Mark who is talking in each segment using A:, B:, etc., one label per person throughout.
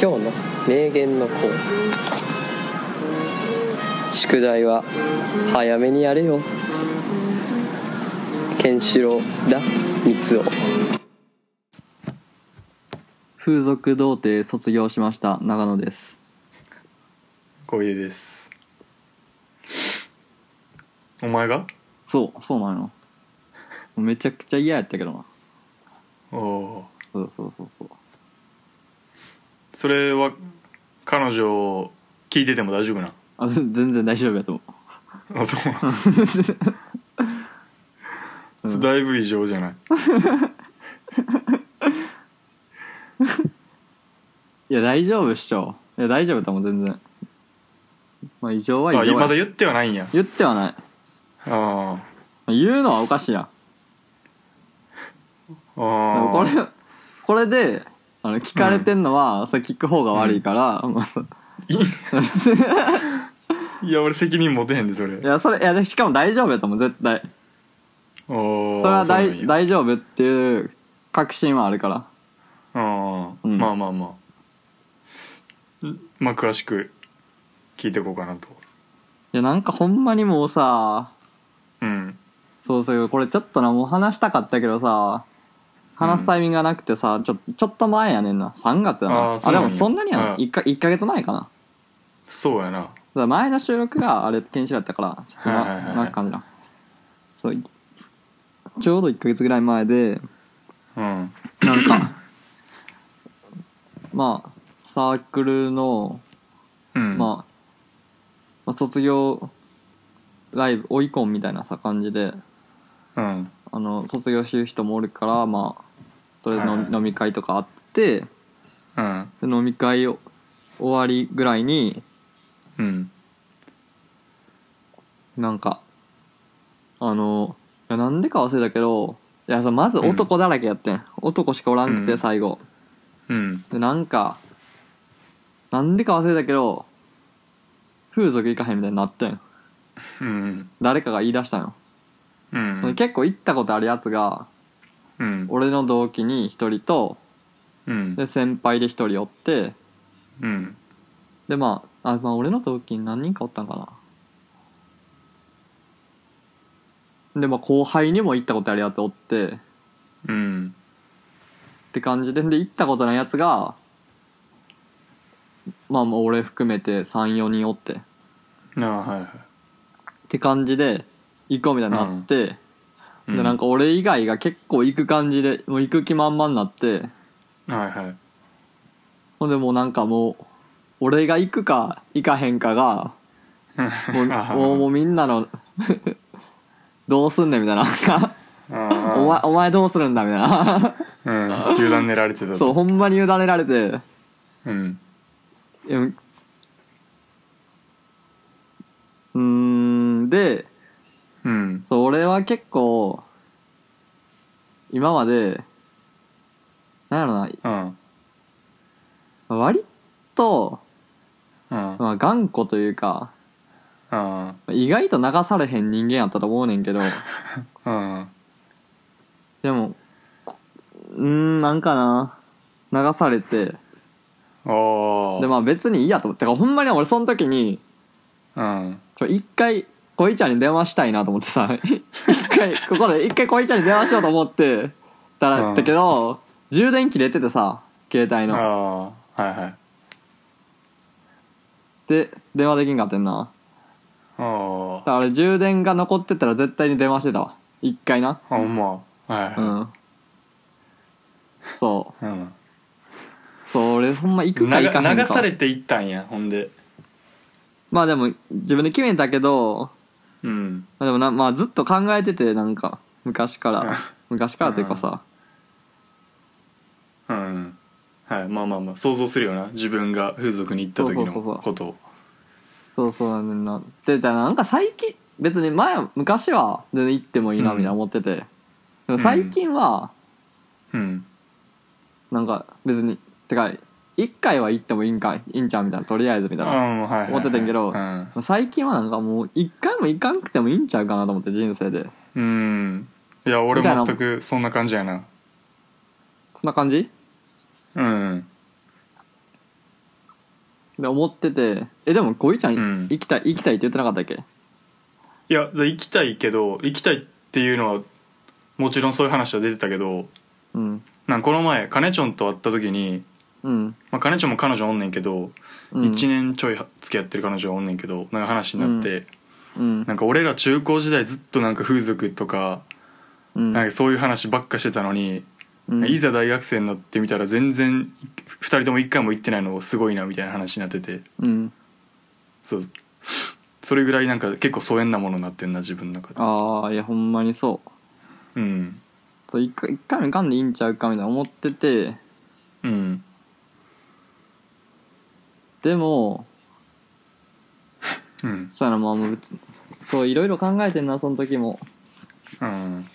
A: 今日の名言のコーナー宿題は早めにやれよケンシロウだ三つ
B: 風俗童貞卒業しました長野です
C: 小出ですお前が
B: そうそうなのめちゃくちゃ嫌やったけどな
C: おお
B: そうそうそうそう
C: それは彼女を聞いてても大丈夫な
B: あぜ全然大丈夫やと思
C: あそうな
B: う、うん
C: だいぶ異常じゃない
B: いや大丈夫っしょいや大丈夫だもん全然まあ異常は異
C: あ
B: 常
C: まだ
B: や
C: 言ってはないんや
B: 言ってはない
C: あ
B: 言うのはおかしいやん
C: あああ
B: これこれであの聞かれてんのは、それ聞く方が悪いから、まあそ
C: いや俺責任持てへんでそれ
B: いやそれいやでしかも大丈夫やと思う絶対
C: おお
B: それは
C: 大
B: 大大丈夫っていう確信はあるから
C: ああ、
B: うん
C: まあまあまあんまあ詳しく聞いていこうかなと
B: いやなんかほんまにもうさ
C: うん
B: そうそうこれちょっとなもう話したかったけどさ話すタイミングがなくてさ、ちょちょっと前やねんな3月やな
C: あ
B: あ
C: ーそう
B: で
C: なんや
B: もそんなにやな
C: うん
B: 1, か1ヶ月前かなだか
C: そうやな
B: ら前の収録があれ研修だったからちょっとな,、
C: はいはいはい
B: なんか感じなそういちょうど1ヶ月ぐらい前で
C: うん
B: なん かまあサークルの
C: うん
B: まあ、まあ、卒業ライブ追い込んみたいなさ感じで
C: うん
B: あの卒業してる人もおるからまあそれの、
C: はいはい
B: 飲み会とかあってで
C: うん
B: 飲み会を終わりぐらいに
C: うん
B: なんかあのいやなんでか忘れたけどいやさまず男だらけやってん、男しかおらんくて
C: うん
B: 最後、
C: うん
B: でなんかなんでか忘れたけど風俗行かへんみたいになってん
C: うん
B: 誰かが言い出したんよ
C: うん
B: で結構行ったことあるやつが
C: うん
B: 俺の同期に一人と
C: うん
B: で先輩で一人おって
C: うん
B: でまああまあ俺の同期に何人かおったんかなでまあ後輩にも行ったことあるやつおってっ
C: うん
B: て感じでで行ったことないやつがまあもう俺含めて34人おってっ
C: ああはいはい
B: て感じで行こうみたいになって、
C: うん
B: でなんか俺以外が結構行く感じでもう行く気満々になって
C: はいはい
B: ほんでもうなんかもう俺が行くか行かへんかがもう もうもうみんなの どうすんねんみたいなお前
C: あ
B: お前どうするんだみたいな
C: あうん油断練られてたと
B: そうほんまに委ねられて
C: うん
B: いやうーんで
C: うん
B: そう俺は結構今までなんやろな
C: うん
B: 割と、
C: うん
B: まあ、頑固というか
C: うん
B: 意外と流されへん人間やったと思うねんけど
C: うん
B: でもこうーんなんかな流されて
C: おー
B: でまあ別にいいやと思ってかほんまに俺その時に
C: うん
B: ちょ一回こいちゃんに電話したいなと思ってさ一回ここで一回こいちゃんに電話しようと思ってたら
C: うん
B: だけど、充電切れててさ携帯の
C: ああはいはい
B: で電話できんかってんな
C: あ
B: だからあれ充電が残ってたら絶対に電話してたわ一回な
C: あほんまはい
B: うん、そ
C: うん
B: うそう俺ほんま行くか行かへんか
C: 流流されていったんやほんで
B: まあでも自分で決めたけど
C: うん
B: まあでもな、まあ、ずっと考えててなんか昔から昔からというかさ、
C: うんはいまあまあまあ想像するよな自分が風俗に行った時
B: そうそうそうそ
C: の
B: う
C: ことを
B: そうそうなんだよなでじゃあなんか最近別に前昔は全然行ってもいいなみたいな思ってて、でも最近は
C: うん
B: なんか別に、てか一回は行ってもいいんかいいいんちゃうみたいなとりあえずみたいな、
C: うんはいはいはい
B: 思ってたんやけど
C: うん
B: 最近はなんかもう一回も行かんくてもいいんちゃうかなと思って人生で
C: うんいや俺
B: みたいな
C: 全くそんな感じやな
B: そんな感じ
C: うん
B: で思っててえでもゴリちゃん、
C: うん
B: 行きたい行きたいって言ってなかったっけ
C: いやで行きたいけど行きたいっていうのはもちろんそういう話は出てたけど
B: うん
C: なんかこの前カネチョンと会った時に、
B: うん、
C: まあ、カネチョンも彼女おんねんけど、
B: う
C: 一
B: ん、
C: 1年ちょい付き合ってる彼女がおんねんけどなんか話になって、
B: うん
C: なんか俺ら中高時代ずっとなんか風俗とか,、
B: うん
C: なんかそういう話ばっかしてたのに、
B: うん
C: いざ大学生になってみたら全然2人とも1回も行ってないのすごいなみたいな話になってて
B: うん
C: そうそれぐらいなんか結構疎遠なものになってんな自分の中で
B: ああいやほんまにそう
C: うん
B: そう一回一回も行かんでいいんちゃうかみたいな思ってて
C: うん
B: でも
C: うん
B: そうやなまあもう別にそういろいろ考えてんなその時も
C: うん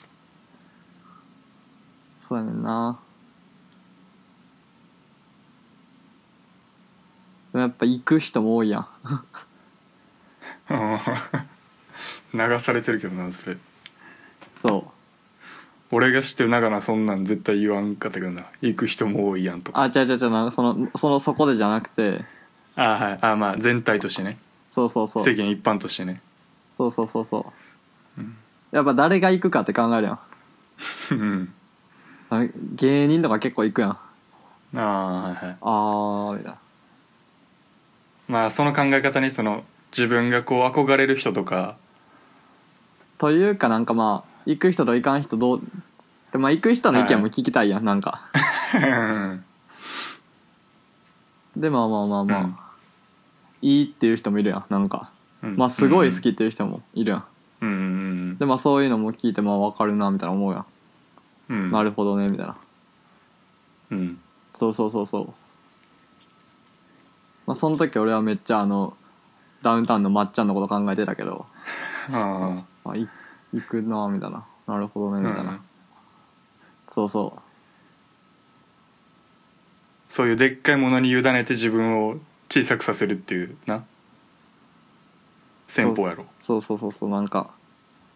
B: そうやねんなでもやっぱ行く人も多いやん
C: 流されてるけどなそれ
B: そう
C: 俺が知ってる中なそんなん絶対言わんかったけどな行く人も多いやんとか
B: あ違う違う違うなんかそのそのそこでじゃなくて
C: あはいあまあ全体としてね
B: そうそうそう
C: 世間一般としてね
B: そうそうそうそう、
C: うん
B: やっぱ誰が行くかって考えるやん
C: うん
B: あ芸人とか結構行くやんあ
C: ああはいはい
B: あみたいな
C: まあその考え方にその自分がこう憧れる人と か
B: というかなんかまあ行く人と行かん人どうでまあ行く人の意見も聞きたいやん、なんか
C: うん
B: でまあまあまあまあ、
C: うん
B: いいっていう人もいるやんなんか
C: うん
B: まあすごい好きっていう人もいるやん、
C: うんうん
B: でまあそういうのも聞いてまあ分かるなみたいな思うやん、
C: うんうん
B: なるほどねみたいな
C: うん
B: そうそうそうそうまあその時俺はめっちゃあのダウンタウンのまっちゃんのこと考えてたけど
C: あ
B: あい行くなみたいななるほど
C: あ
B: ねみたいな、
C: うん
B: そうそ
C: そういうでっかいものに委ねて自分を小さくさせるっていうな戦法やろ
B: うそうそうそうそうなんか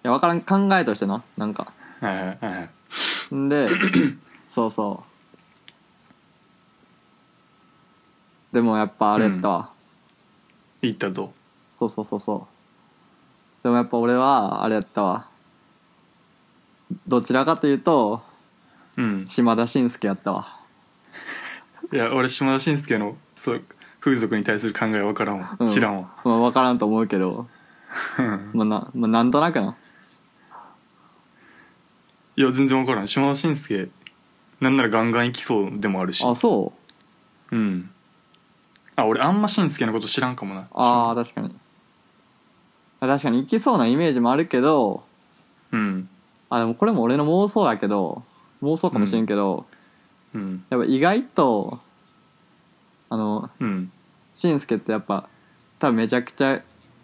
B: いや分からん考えとしてななんか
C: はいはいはいはい
B: ん でそうそうでもやっぱあれやったわ、
C: 言ったと
B: そうそうそうそうでもやっぱ俺はあれやったわどちらかというと
C: うん
B: 島田紳介やったわ
C: いや俺島田紳介のそう風俗に対する考え分からんわ、
B: うん
C: 知らんわ
B: まあ分からんと思うけど、まあなまあ、なんとなくない
C: や全然分からん島田紳介なんならガンガン行きそうでもあるし
B: あそう
C: うんあ俺あんま紳介のこと知らんかもな
B: ああ確かに確かにいきそうなイメージもあるけど
C: うん
B: あでもこれも俺の妄想やけど妄想かもしれんけど、
C: うん
B: やっぱ意外とあの
C: うん
B: しんすけってやっぱ多分めちゃくちゃ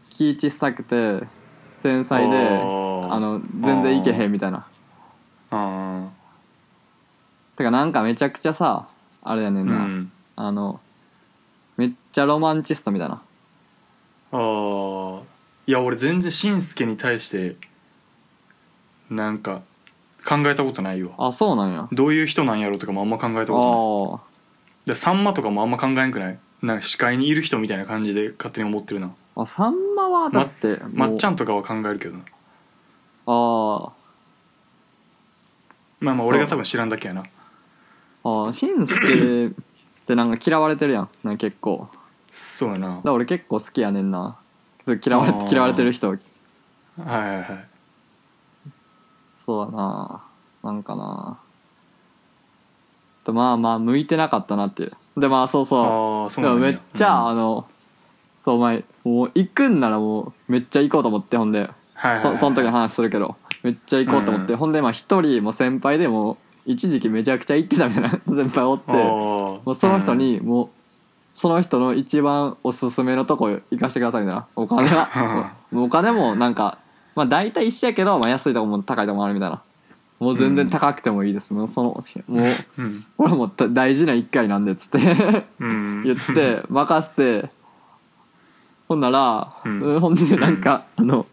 B: 気小さくて繊細で
C: おー
B: あの全然いけへんみたいな
C: あ
B: てかなんかめちゃくちゃさあれやね
C: あ
B: ん
C: う
B: な、
C: ん
B: あのめっちゃロマンチストみたいな
C: ああいや俺全然紳介に対してなんか考えたことないわ
B: あそうなんやあ
C: どういう人なんやろとかもあんま考えた
B: あ
C: ことない
B: ー
C: でさんまとかもあんま考えんくないなんか視界にいる人みたいな感じで勝手に思ってるな
B: あさんまはだって
C: まっちゃ
B: ん
C: んとかは考えるけどな
B: あ
C: まあまあ
B: そう
C: 俺が多分知らんだけやな
B: ーあしんすけってなんか嫌われてるやんなんか結構
C: そうやな
B: だから俺結構好きやねんなそう嫌われ
C: あー
B: 嫌われてる人
C: はいはいはい
B: そうだななんかなとまあまあ向いてなかったなっていうでまあそうそ
C: ああそうう
B: で
C: な
B: も
C: んや
B: めっちゃ、
C: うん
B: あのそうお前もう行くんならもうめっちゃ行こうと思ってほんで
C: はいはいはい
B: そその時の話するけどめっちゃ行こうと思って、
C: うん
B: ほんでまあ一人もう先輩でもう一時期めちゃくちゃ行ってたみたいな 先輩おっても
C: あー
B: うその人にもうその人の一番おすすめのとこ行かしてくださいみたいなお金 はもうお金もなんかまあ大体一緒やけど、まあ、安いとこも高いとこもあるみたいなもう全然高くてもいいです、もうそのもう
C: うん
B: これもう大事な一回なんでっ つって
C: うん
B: 言って任せてほんなら、
C: うん
B: うんほんでなんか、あの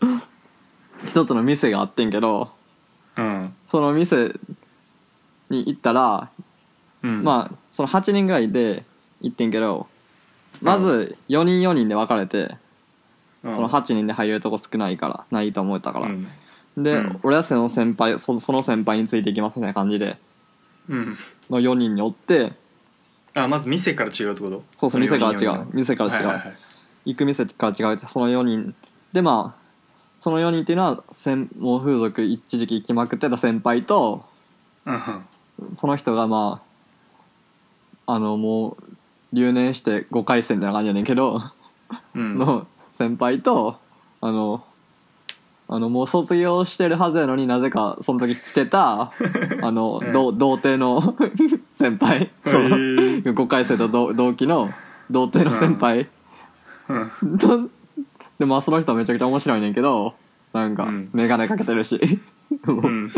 B: 一つの店があってんけど
C: うん
B: その店に行ったら、
C: うん
B: まあその8人ぐらいで行ってんけど
C: あ
B: まず4人4人で分かれて、
C: うん
B: その8人で入れるとこ少ないからないと思えたから、
C: うん
B: で、
C: うん
B: 俺はその先輩そその先輩についていきますみたいな感じで
C: うん
B: の4人におって
C: あまず店から違うってこと
B: そうそう店から違
C: の
B: う店から違う、
C: はいはいはい
B: 行く店から違うってその4人でまあその4人っていうのは先もう風俗一時期行きまくってた先輩と
C: うんうん
B: その人がまああのもう留年して5回戦みたいな感じやねんけ ど、
C: うん
B: の先輩とあのあのもう卒業してるはずやのになぜかその時来て たあの、
C: うん
B: ど童貞の 先輩
C: へ
B: その
C: ー
B: 5回生と同同期の童貞の先輩、
C: うん
B: とでまあその人はめちゃくちゃ面白いねんけどなんか
C: うん
B: 眼鏡かけてるし、 もう
C: うん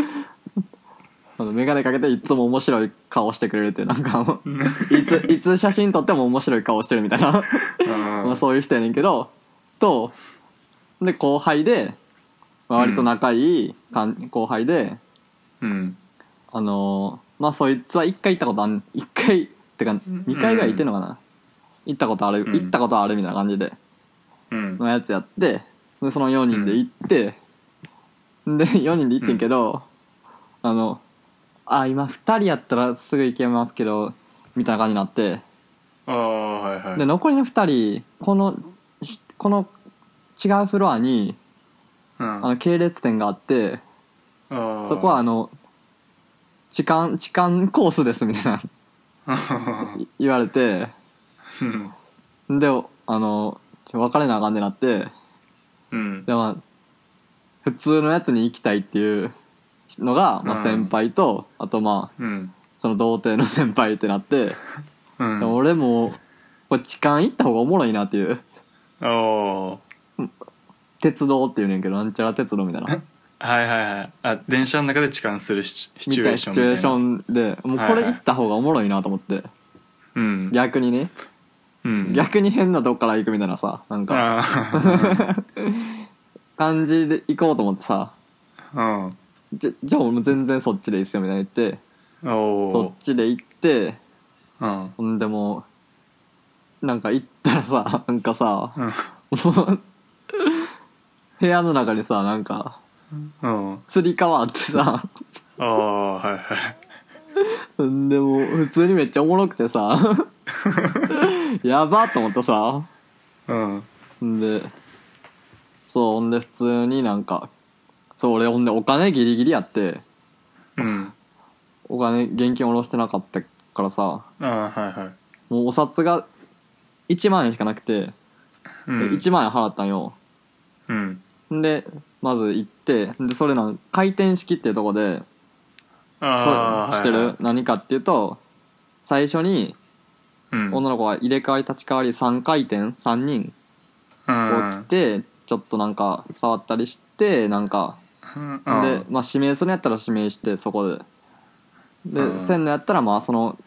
B: あの眼鏡かけていつも面白い顔してくれるっていうなんかもう
C: うん
B: いついつ写真撮っても面白い顔してるみたいな。 まあ、そういう人やねんけどとで後輩でまあ割と仲いいかん後輩で
C: うん
B: あのーまあそいつは1回行ったことあん1回ってか2回ぐらい行ってんのかな、行ったことある
C: うん
B: 行ったことあるみたいな感じで
C: うん
B: のやつやってでその4人で行って、で4人で行ってんけど、あのあ今2人やったらすぐ行けますけどみたいな感じになって
C: ああはいはい
B: で残りの2人このしこの違うフロアに
C: うん
B: あの系列店があって
C: あー
B: そこはあの痴漢痴漢コースですみたいない言われて
C: うん
B: であの別れなあかんってなって
C: うん
B: でまあ普通のやつに行きたいっていうのが、ま
C: う
B: あ、
C: ん
B: 先輩とあとまあ
C: うん
B: その童貞の先輩ってなって、
C: うん
B: で俺もこれ痴漢行った方がおもろいなっていう
C: ああ
B: 鉄道っていうねんけどなんちゃら鉄道みたいな
C: はいはいはいあ電車の中で痴漢するシチ ュシ
B: み
C: チュ
B: たい
C: エー
B: な
C: シ
B: シ
C: ョン
B: チュエー
C: み
B: シ
C: たいな
B: ョンでもうこれ行った方がおもろいなと思って、
C: うん
B: 逆にね
C: うん
B: 逆に変なとこから行くみたいなさなんか
C: あー
B: 感じで行こうと思ってさ
C: うん
B: じゃじゃあ俺も全然そっちでいいっすよみたいな言って
C: お
B: そっちで行って
C: おうん
B: ほんでもうなんか行ったらさなんかさ
C: うん
B: もう部屋の中にさなんか
C: うん
B: つり革あってさ
C: ああはいはい
B: ほんでもう普通にめっちゃおもろくてさやばと思ってさ
C: うん
B: ほんでそうほんで普通になんかそう俺ほんでお金ギリギリやって
C: うん
B: お金現金下ろしてなかったからさ
C: ああはいはい
B: もうお札が1万円しかなくて、
C: うん
B: 1万円払ったんよ
C: うん
B: んでまず行ってでそれなん回転式っていうとこで
C: ああ
B: それ知ってる、
C: はいはい
B: 何かっていうと最初に
C: うん
B: 女の子が入れ替わり立ち替わり3回転3人こう来て、ちょっとなんか触ったりしてなんか
C: うんうん
B: で、まあ、指名するんやったら指名してそこでで、
C: うん
B: せんのやったらまあその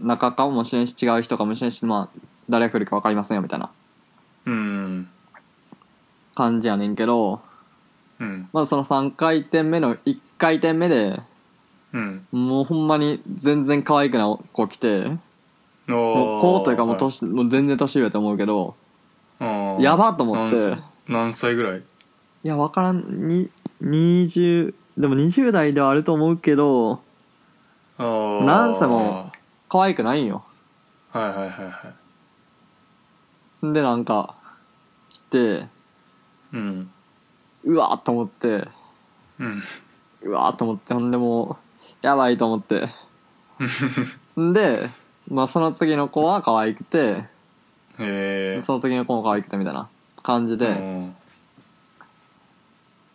B: 中かもしれんし違う人かもしれんし、まあ、誰が来るか分かりませんよみたいな
C: うん
B: 感じやねんけど
C: うん
B: まずその3回転目の1回転目で
C: うん
B: もうほんまに全然可愛くない子来て
C: お
B: もう子というかもう年、もう全然年上やと思うけどや
C: ば
B: ばと思って
C: 何歳ぐらい
B: いや分からんに20でも20代ではあると思うけど
C: ああ
B: 何歳も可愛くないんよ
C: はいはいはいはい
B: でなんか来て
C: うん
B: うわーと思って
C: うん
B: うわーと思ってほんでもうやばいと思 ってんで、まあ、その次の子は可愛くて
C: へえ
B: その次の子も可愛くてみたいな感じで、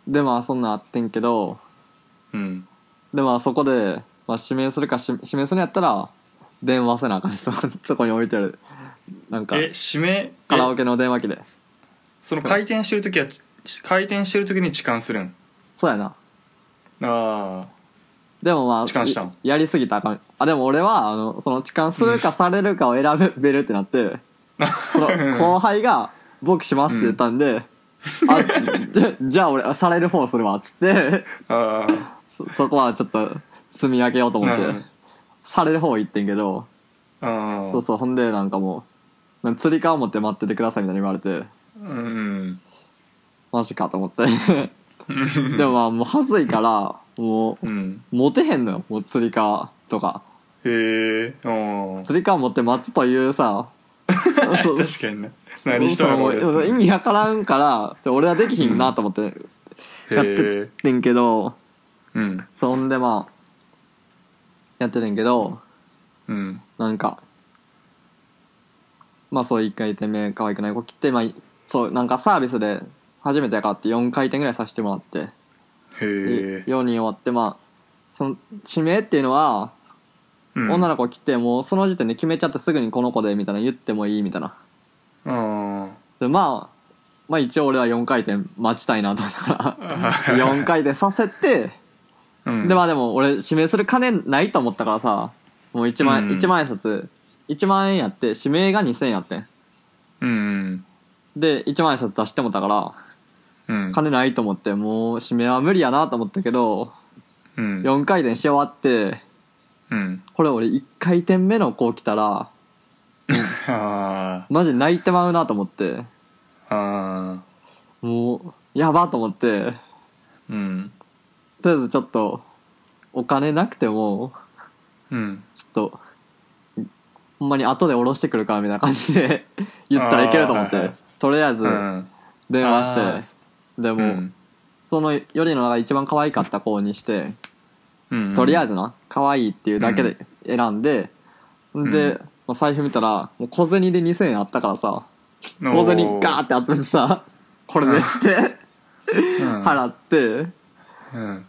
B: でまあそんなんあってんけど
C: うん
B: でまあそこで、まあ、指名するかし指名するんやったら電話せなあかん そそこに置いてあるなんか
C: え指名
B: カラオ
C: え
B: ケの電話機で
C: その回転してる時はち回転してる時に痴漢するん
B: そうやな
C: あ
B: でもまあ
C: 痴漢したん
B: やりすぎたらあかんあでも俺はあのその痴漢するかされるかを 選べるってなってその後輩が「僕します」って言ったんで「あじゃじゃあ俺される方するわ」っつ って
C: あああ
B: そそこはちょっと積み上げようと思っ
C: なるほど
B: てされる方行ってんけど
C: ああ
B: そうそうほんでなんかもうなんか釣り革持って待っててくださいみたいに言われて
C: うん
B: マジかと思って
C: うん
B: でもまあもう恥ずいからもう
C: うん
B: 持てへんのよもう釣り革とか
C: へえああ
B: 釣り革持って待つという さそう
C: 確かにね何したの
B: そうもう意味わからんからで俺はできひんなと思ってやって
C: へえ
B: ってんけど
C: うん
B: そんでまあやっててんけど
C: うん
B: なんかまあそう1回転目可愛くない子切ってまあそうなんかサービスで初めてやからって4回転ぐらいさせてもらって
C: へえ
B: 4人終わってまあその指名っていうのは女
C: の
B: の子来てもうその時点で決めちゃってすぐにこの子でみたいな言ってもいいみたいな
C: あ
B: でまあまあ一応俺は4回転待ちたいなと思ったか
C: あ
B: ら 4回転させて
C: うん
B: でまあでも俺指名する金ないと思ったからさもう1万,、
C: うん
B: 1万円札1万円やって指名が2000円やってん
C: うん
B: で1万円札出してもたから
C: うん
B: 金ないと思ってもう指名は無理やなと思ったけど
C: うん
B: 4回転し終わって
C: うん
B: これ俺1回転目の子来たら
C: あ
B: マジ泣いてまうなと思って
C: あああ
B: もうやばと思って
C: うん
B: とりあえずちょっとお金なくても
C: うん
B: ちょっとほんまに後で下ろしてくるからみたいな感じで 言ったらいけると思って、
C: あーはいはい
B: とりあえず
C: うん
B: 電話して、
C: あー
B: で
C: う
B: も、
C: ん
B: そのよりの中で一番可愛かった子にして、
C: うん
B: とりあえ
C: ず
B: ずな可愛いっていうだけで選んで、
C: ん
B: で、まあ、財布見たらもう小銭で2000円あったからさ小銭ガーって集めてさこれでっつって払って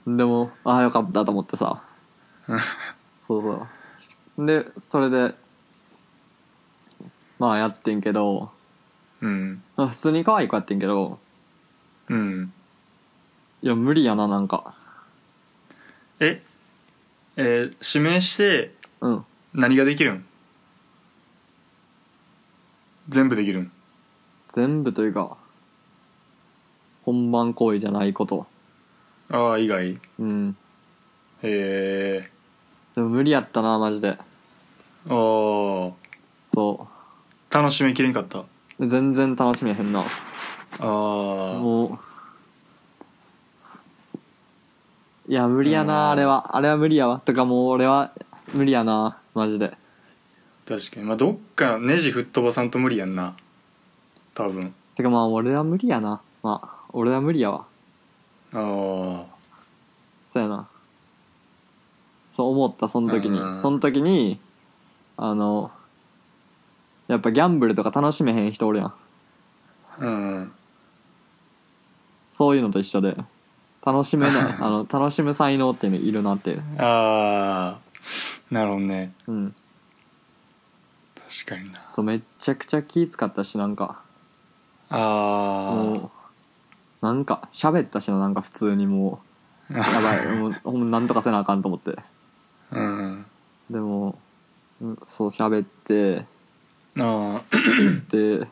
C: うん
B: でもああよかったと思ってさそうそうでそれでまあやってんけど
C: うん
B: まあ普通に可愛い子やってんけど
C: うん
B: いや無理やななんか
C: ええー指名して
B: うん
C: 何ができるん全部できるん
B: 全部というか本番行為じゃないこと
C: ああ以外へ
B: うん
C: え
B: でも無理やったなマジで
C: あ
B: そ
C: あ楽しめきれんかった
B: う全然楽しみやへんな
C: あ
B: もういや無理や
C: うん
B: なあれはあれは無理やわとかもう俺は無理やなマジで
C: あ確かにまあどっかネジ吹っ飛ばさんと無理やんな多分
B: てかまあ俺は無理やなまあ俺は無理やわ
C: ああ
B: そうやなそう思ったその時に
C: うん
B: その時にあのやっぱギャンブルとか楽しめへん人おるやん
C: うん
B: そういうのと一緒で楽し めないあの楽しむ才能っていうのいるなって
C: ああなるほどね
B: うん
C: 確かにな
B: そうめっちゃくちゃ気使ったしなんかも
C: あ
B: うなんか喋ったしななんか普通にもうやばい もうほんまなんとかせなあかんと思って
C: あうん
B: でもうんそう喋って
C: あ
B: で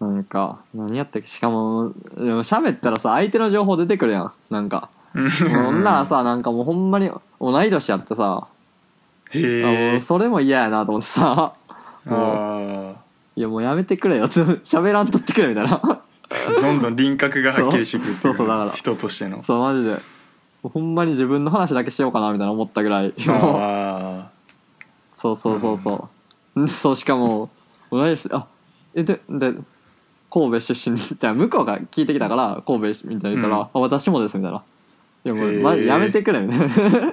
B: なんか何やったっけしかもでも喋ったらさ相手の情報出てくるやんなん か
C: あ
B: ほんならさなんかもうほんまに同い年やってさ、あ
C: へ
B: も
C: え
B: うそれも嫌やなと思ってさ
C: あ
B: いやもうやめてくれよ 喋らんとってくれみたいな
C: あどんどん輪郭がはっきりしてくるってい
B: そうそうそうだから
C: 人としての
B: そうマジでもうほんまに自分の話だけしようかなみたいな思ったぐらいもう
C: あ
B: そうそうそうそう、うん、 そうしかも同い年あえでで神戸出身 じゃあ向こうが聞いてきたから神戸みたいな言ったら、
C: うん
B: あ私もですみたいな「いやもう、
C: へー
B: ま、やめてくれ」みたい な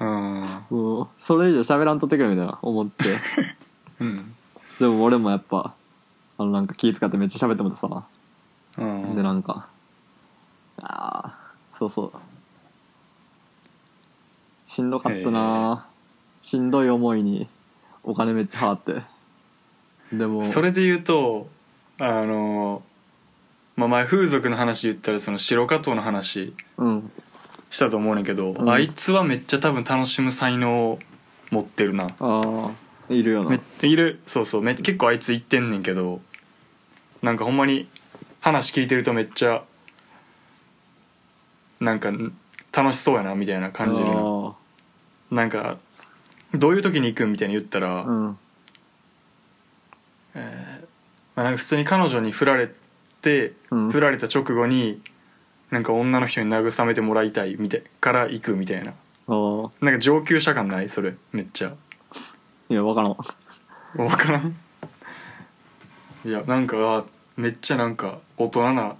C: あうん
B: もうそれ以上喋らんとってくれみたいな思って
C: うん
B: でも俺もやっぱあのなんか気使ってめっちゃ喋ってもってさ
C: うん
B: でなんかああそうそうしんどかったなしんどい思いにお金めっちゃ払ってでも
C: それで言うとあの、まあ、前風俗の話言ったらその白加藤の話
B: うん
C: したと思うねんけど、
B: うん
C: あいつはめっちゃ多分楽しむ才能を持ってるな
B: ああいるよ
C: めっ
B: な
C: ちゃいるそうそうめ結構あいつ言ってんねんけどなんかほんまに話聞いてるとめっちゃなんかん楽しそうやなみたいな感じるな
B: あ
C: なんかどういう時に行くんみたいに言ったら、
B: あうん
C: えーまあ、なんか普通に彼女に振られて、
B: うん
C: 振られた直後になんか女の人に慰めてもらいたいみたいから行くみたいな
B: おー
C: なんか上級者感ないそれめっちゃ
B: いやわからん
C: 分からんいやなんかあめっちゃなんか大人な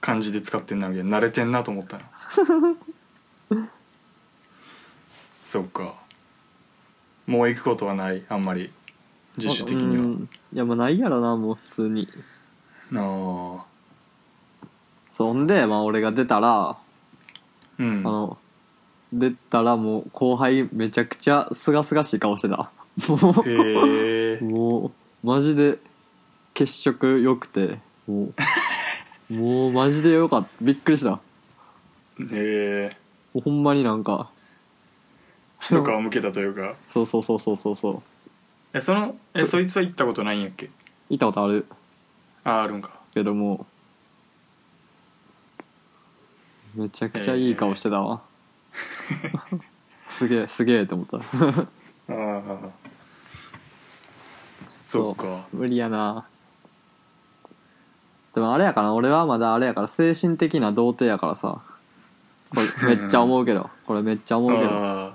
C: 感じで使ってんなみたいな慣れてんなと思ったな そうかもう行くことはないあんまり自主的には
B: うんいやもうないやろなもう普通に
C: あ
B: そんで、まあ、俺が出たら、
C: あうん
B: あの出たらもう後輩めちゃくちゃすがすがしい顔してたもう
C: へえ
B: もうマジで血色良くてもうもうマジで良かったびっくりしたも
C: へえ
B: うほんまになんか
C: 一皮むけたというか
B: そうそうそうそうそうそう
C: えそのえそいつは行ったことないんやっけ
B: 行ったことある
C: ああるんか
B: けどもめちゃくちゃいい顔してたわ、すげえすげえと思った
C: ああそうか
B: 無理やなでもあれやから俺はまだあれやから精神的な童貞やからさこれめっちゃ思うけどこれめっちゃ思うけど
C: あ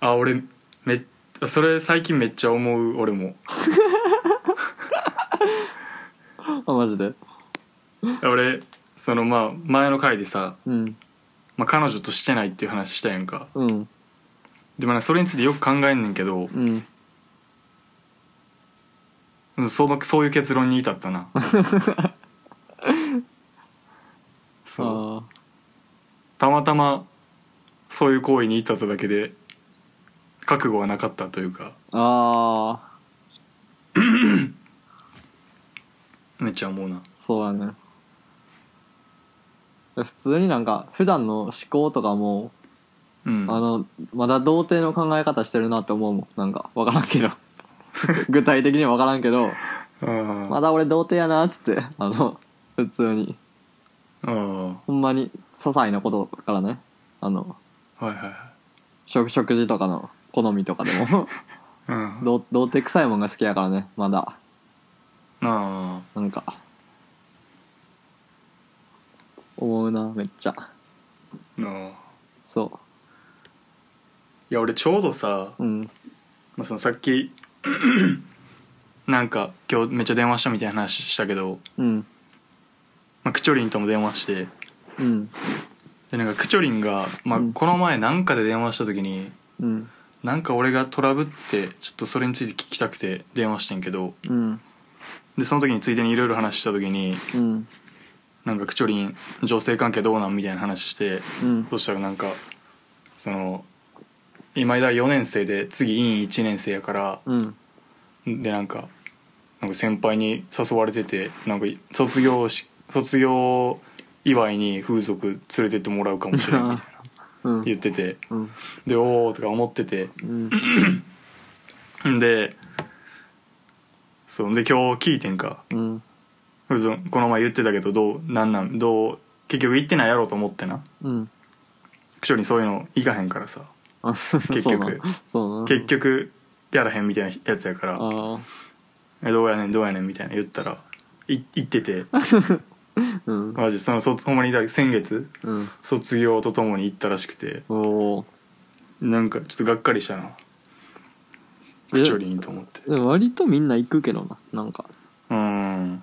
C: ああ俺めそれ最近めっちゃ思う俺も
B: あマジで
C: 俺そのまあ前の回でさ、
B: うん
C: まあ、彼女としてないっていう話したやんか
B: うん
C: でもなそれについてよく考えんねんけ
B: う
C: ど
B: ん
C: うんそのそういう結論に至った なそう
B: あ
C: たまたまそういう行為に至っただけで覚悟はなかったというか
B: ーあ
C: めっちゃ思うな
B: ーそうやね普通になんか普段の思考とかも、
C: うん
B: あのまだ童貞の考え方してるなって思うもんなんか分からんけ ど具体的には分からんけど
C: うん
B: まだ俺童貞やなっつってあの普通に
C: うんは
B: ほんまに些細なことからねあの
C: いはいは
B: 食食事とかの好みとかでも
C: いうん
B: ど童貞臭いもんが好きやからねまだ
C: あ
B: なんか思うなめっちゃ
C: あうん
B: そ
C: いや俺ちょうどさ、
B: ううん
C: まあ、そのさっき なんか今日めっちゃ電話したみたいな話したけど、
B: うん
C: まあ、クチョリンとも電話して
B: うん
C: でなんかクチョリンが、まあ
B: うん、
C: この前なんかで電話した時に、
B: うん
C: なんか俺がトラブってちょっとそれについて聞きたくて電話してんけど
B: うん
C: でその時についでにいろいろ話した時に
B: うん
C: なんかクチョリン女性関係どうなんみたいな話して
B: うん
C: そしたらなんかその今井田4年生で次院1年生やから
B: うん
C: でなんかなんか先輩に誘われててなんか卒業し卒業祝いに風俗連れてってもらうかもしれないみたいな
B: うん
C: 言ってて
B: うん
C: でおおとか思ってて
B: うん
C: んでそうで今日聞いてんか
B: うん
C: 風俗この前言ってたけどどうなんなんどう結局行ってないやろうと思ってな
B: うん
C: クショにそういうの行かへんからさ
B: あそう
C: 結
B: そうな
C: 局
B: そうな
C: 結局やらへんみたいなやつやから
B: あ
C: えどうやねんどうやねんみたいな言ったらい行ってて
B: あうん
C: マジでその卒ほんまにだ先月
B: うん
C: 卒業とともに行ったらしくて
B: おお
C: なんかちょっとがっかりしたなクチョリンと思って
B: でも割とみんな行くけどななんか
C: うん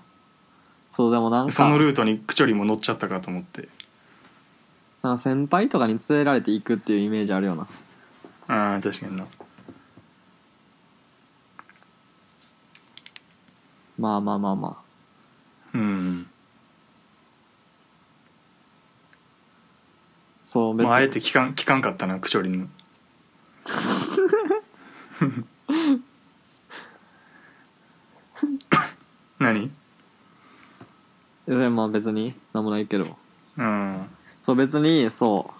B: そうでもなんか
C: そのルートにクチョリンも乗っちゃったかと思って
B: なんか先輩とかに連れられて行くっていうイメージあるよな
C: ああ確かにな
B: まあまあまあま
C: うん、
B: あそう別
C: まあ、あえ
B: に
C: て聞かん聞かんかったなクチョリン の何
B: いやでもまあ別になんもないけど
C: うん
B: そう別にそ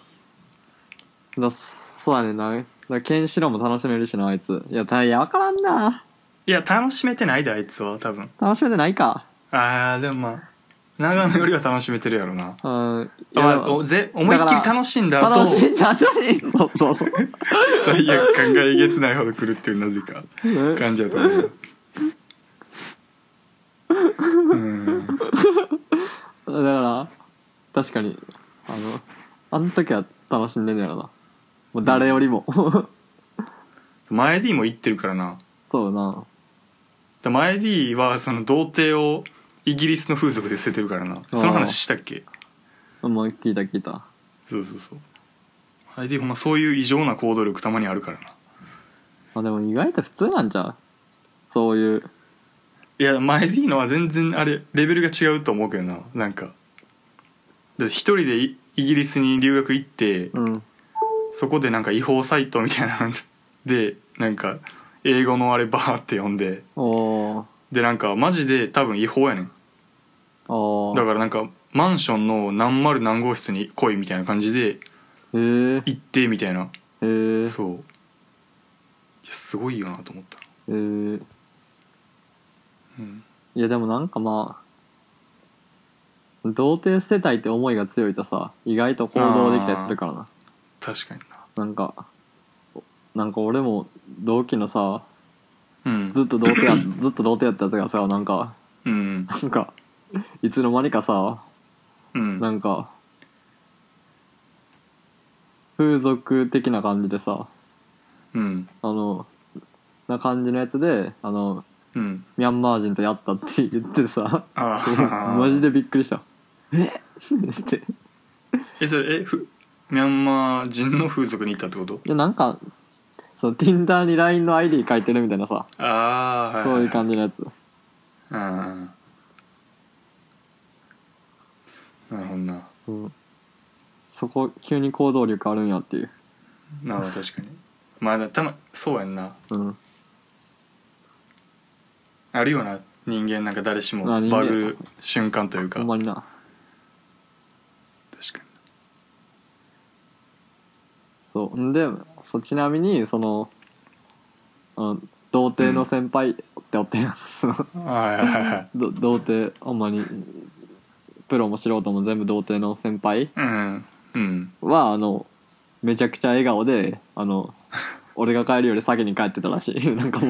B: うだそうやねんなだからケンシロウも楽しめるしなあいついやたいや分からんない
C: や楽しめてないであいつは多分
B: 楽しめてないか
C: ああでもまあ長野よりは楽しめてるやろな
B: うんいや
C: まあ、おぜ思いっ
B: だ
C: き
B: か
C: り
B: ら
C: 楽しんだ後
B: 楽しい楽しいそうそう そう
C: 最悪感がえげつないほど来るっていうなぜか
B: うん
C: 感じやと思う
B: 確かにあのあの時は楽しんでんねやろなもう誰よりも
C: 前 D も行ってるからな
B: そうな
C: だ前 D はその童貞をイギリスの風俗で捨ててるからな
B: ー
C: その話したっけ
B: もう聞いた聞いた
C: そうそうそう前 D ほんまそういう異常な行動力たまにあるからな
B: まあでも意外と普通なんじゃうそういう
C: いや前 D のは全然あれレベルが違うと思うけどななんかだって一人でイイギリスに留学行って
B: うん
C: そこでなんか違法サイトみたいなの でなんか英語のあれバーって読んで
B: おお
C: でなんかマジで多分違法やねん
B: お
C: だ
B: ー
C: からなんかマンションの何丸何号室に来いみたいな感じで
B: へえ
C: 行ってみたいな
B: へえ
C: そういやすごいよなと思った、
B: へえ
C: うん、
B: いやでもなんかまあ童貞捨てたいって思いが強いとさ意外と行動できたりするからな
C: 確かにな
B: なんかなんか俺も同期のさ
C: うん
B: ずっと童貞やずっと童貞やったやつがさなんか
C: うん
B: なんかいつの間にかさ
C: うん
B: なんか風俗的な感じでさ
C: うん
B: あのな感じのやつであの
C: うん
B: ミャンマー人とやったって言ってさ
C: あ あ
B: マジでびっくりしたえ って
C: えそれえふミャンマー人の風俗に行ったってこと
B: いやなんかその Tinder に LINE の ID 書いてるみたいなさ
C: ああ
B: そういう感じのやつ
C: じなるほどな
B: うんそこ急に行動力あるんやっていう
C: なあ確かにまあだたまそうやんな
B: うん
C: あるよな人間なんか誰しも
B: あ人間
C: バグる瞬間というか
B: ほんまにな
C: 確か
B: そうんでそうちなみにそのあの童貞の先輩っておって、その
C: にはいはいはい
B: ど童貞ほんまにプロも素人も全部童貞の先輩
C: うんうん
B: はあのめちゃくちゃ笑顔であの俺が帰るより先に帰ってたらしい なんかもう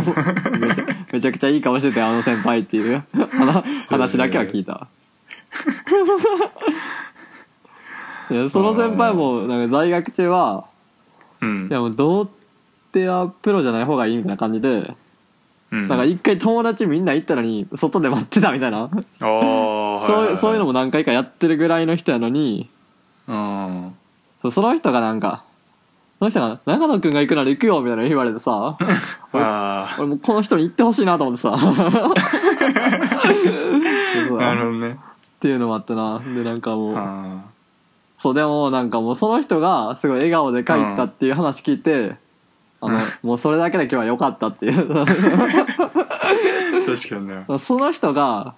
B: めちゃめちゃくちゃいい顔しててあの先輩っていう話話だけは聞いたいやその先輩もなんか在学中は
C: うん
B: いやもう童貞はプロじゃない方がいいみたいな感じで、
C: う
B: なん
C: ん
B: か一回友達みんな行ったのに外で待ってたみたいな、
C: ああ
B: そういうそういうの
C: も
B: も何回かやってるぐらいの人やのに
C: うん
B: そうその人がなんかその人が「長野くんが行くなら行くよ」みたいなの言われて さ
C: あ
B: 俺もうこの人に行ってほしいなと思って さそう
C: あなるほどね
B: っていうのもあってなでなんかもう、
C: あ
B: そうでもなんかもうその人がすごい笑顔で帰ったっていう話聞いて、あのもうそれだけで今日は良かったっていう。
C: ー確かにね
B: その人が、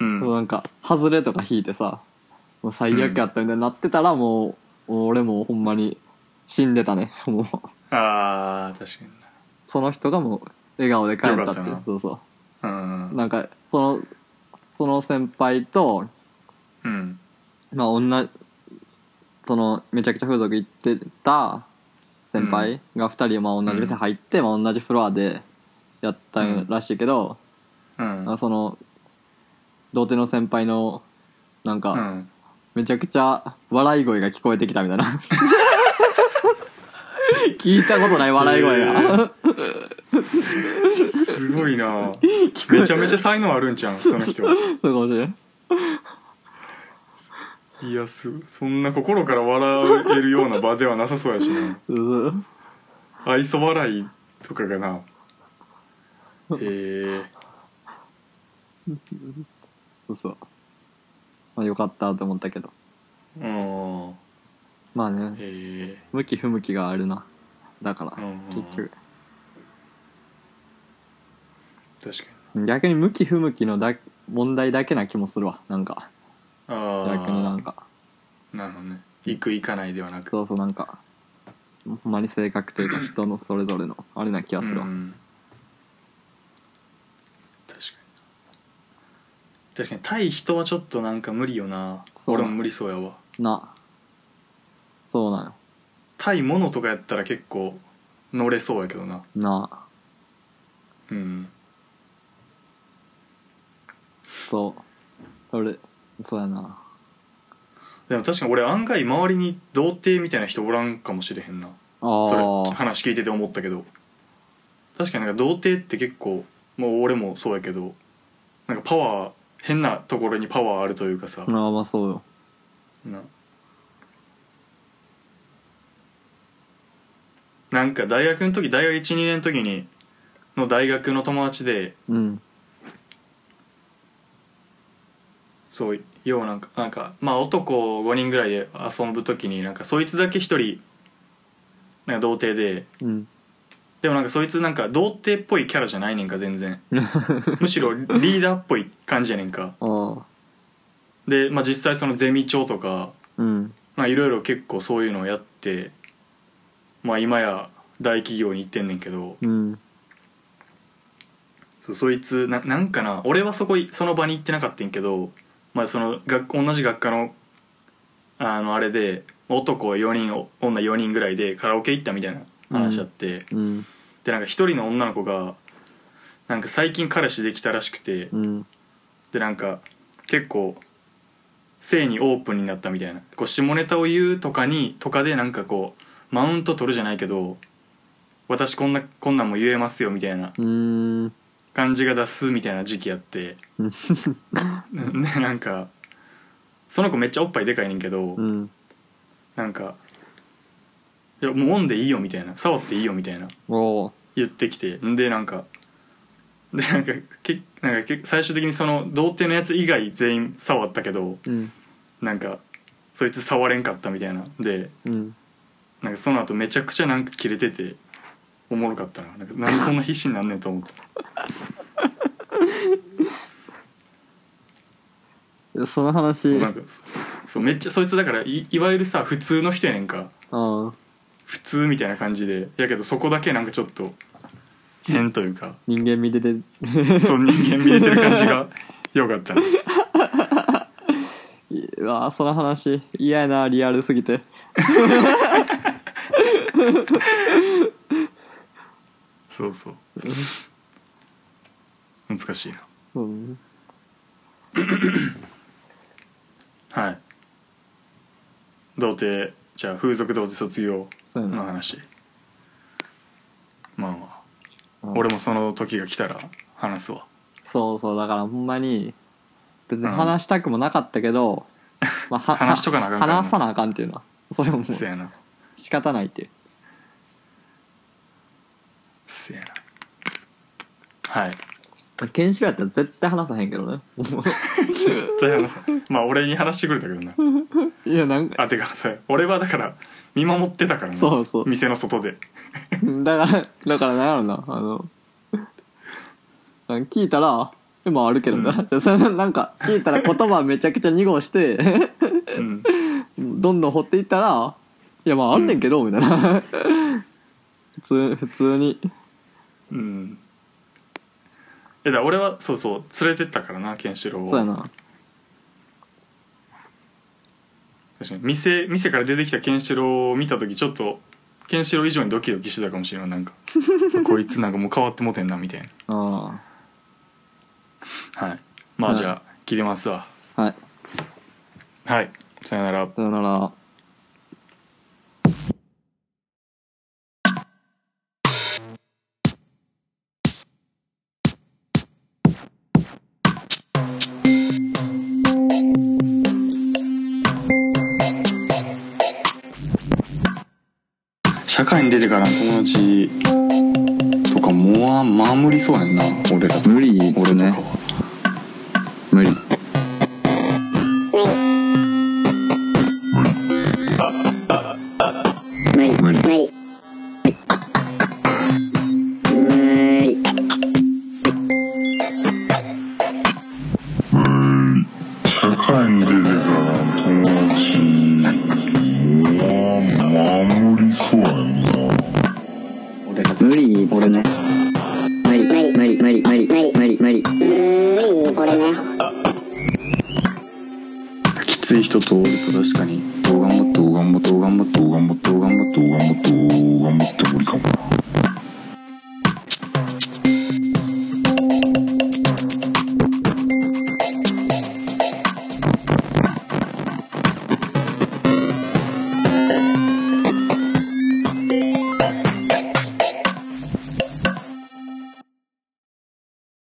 C: うん
B: なんか外れとか引いてさもう最悪やったみたいになってたらもう、もう俺もうほんまに死んでたねもう
C: ああ確かにな
B: その人がもう笑顔で帰ったって
C: よかった
B: いう
C: な
B: そうそううんなんかそのその先輩と
C: うん
B: まあ女そのめちゃくちゃ風俗行ってた先輩が2人まあ同じ店入って、まあ、同じフロアでやったらしいけど、
C: うん
B: なんかその童貞の先輩のなんか、
C: うん
B: めちゃくちゃ笑い声が聞こえてきたみたい な聞いたことない笑い声が
C: すごいなめ ちゃめちゃ才能あるんちゃうその人
B: そうかもしれん
C: いやすそんな心から笑えるような場ではなさそうやしな
B: うん
C: 愛想笑いとかがなえー、
B: そうそうまあよかったと思ったけど
C: うん
B: まあね
C: え
B: 向き不向きがあるなだから
C: うん
B: 結局
C: ー、確かに
B: 逆に向き不向きのだ問題だけな気もするわなんか
C: ああ
B: 逆になんか
C: なるほどね行く行かないではなく
B: そうそうなんかほんまに性格というか人のそれぞれのあれな気がするわ
C: ん、確かに確かに対人はちょっとなんか無理よな
B: そう
C: 俺も無理そうやわ
B: なそうなんよ
C: 対物とかやったら結構乗れそうやけどな
B: なあ
C: うん
B: そう俺そうやな
C: でも確かに俺案外周りに童貞みたいな人おらんかもしれへんなそれ
B: ああ
C: 話聞いてて思ったけど確かになんか童貞って結構もう俺もそうやけどなんかパワー変なところにパワーあるというかさ、
B: まあまあそうよ
C: ななんか大学の時大学12年の時にの大学の友達で
B: うん
C: そうようなんかなんかまあ男5人ぐらいで遊ぶ時になんかそいつだけ一人なんか童貞で
B: うん
C: でもなんかそいつなんか童貞っぽいキャラじゃないねんか全然むしろリーダーっぽい感じやねんか
B: ああ
C: で、まあ、実際そのゼミ長とか
B: うん
C: まあいろいろ結構そういうのをやってまあ今や大企業に行ってんねんけど
B: うん
C: そうそいつななんかな俺はそこいその場に行ってなかったんけど、まあ、その学同じ学科のあのあれで男4人お女4人ぐらいでカラオケ行ったみたいな話あって、
B: うん
C: でなんか一人の女の子がなんか最近彼氏できたらしくて
B: うん
C: でなんか結構性にオープンになったみたいなこう下ネタを言うとかにとかでなんかこうマウント取るじゃないけど私こんなこんなんも言えますよみたいな
B: うん
C: 感じが出すみたいな時期やって
B: うん
C: でなんかその子めっちゃおっぱいでかいねんけど、
B: うん
C: なんか「いやもう揉んでいいよ」みたいな「触っていいよ」みたいな
B: おう
C: 言ってきてんでなんかでなんかけなんかけ最終的にその童貞のやつ以外全員触ったけど
B: うん
C: なんかそいつ触れんかったみたいなで
B: うん
C: なんかその後めちゃくちゃなんかキレてておもろかったななんかなんでそんな必死になんねんと思った
B: その
C: そう
B: 話
C: なんかそうめっちゃそいつだからいいわゆるさ普通の人やねんか
B: ああ
C: 普通みたいな感じでやけどそこだけなんかちょっと変というか
B: 人間見てて
C: そう人間見えてる感じ がよかったね
B: うわあその話嫌やなリアルすぎて
C: そうそう難しいな
B: うん
C: はい童貞じゃあ風俗童貞卒業
B: そうや
C: の
B: な
C: 話まあまあ、
B: うん
C: 俺もその時が来たら話すわ
B: そうそうだからほんまに別に話したくもなかったけ ど、まあ、は
C: 話しとかなあかんからな
B: 話さなあかんっていうのはそれももう
C: せやな
B: 仕方ないっていう
C: せやなはい
B: まあ研修やったら絶対話さへんけ どね
C: 大変話さまあ俺に話してくれたけどない
B: やなんか
C: あてかそれ俺はだから見守ってたからな
B: そうそう
C: 店の外で
B: だからだからなんやろなあのなん聞いたら「今あるけどな」
C: う
B: じゃあそれなんか聞いたら言葉めちゃくちゃ2号して
C: うん
B: どんどん掘っていったら「いやまああんねんけど」みたいな普通普通に
C: うんえだから俺はそうそう連れてったからなケンシロウを
B: そうやな
C: 確かに店店から出てきたケンシロウを見た時ちょっとケンシロウ以上にドキドキしてたかもしれな いなんかこいつなんかもう変わってもてんなみたいな
B: あ
C: はいまあ
B: はい
C: じゃあ切りますわ
B: あはい
C: はいさよなら
B: さよなら
C: 社会に出てからの友達とかもうまあ無理そうやんな俺ら
B: 無理っすね無理
D: 無理無理無理無理
E: 社会に出てからの友達は守りそうやんな
B: 無理俺ね
D: 無理無理無理無理無理無理無理無理無理これね
C: きつい人とおると確かに
E: どう頑張ってどう頑張ってどう頑張ってどう頑張ってどう頑張ってどう頑張っても無理かもな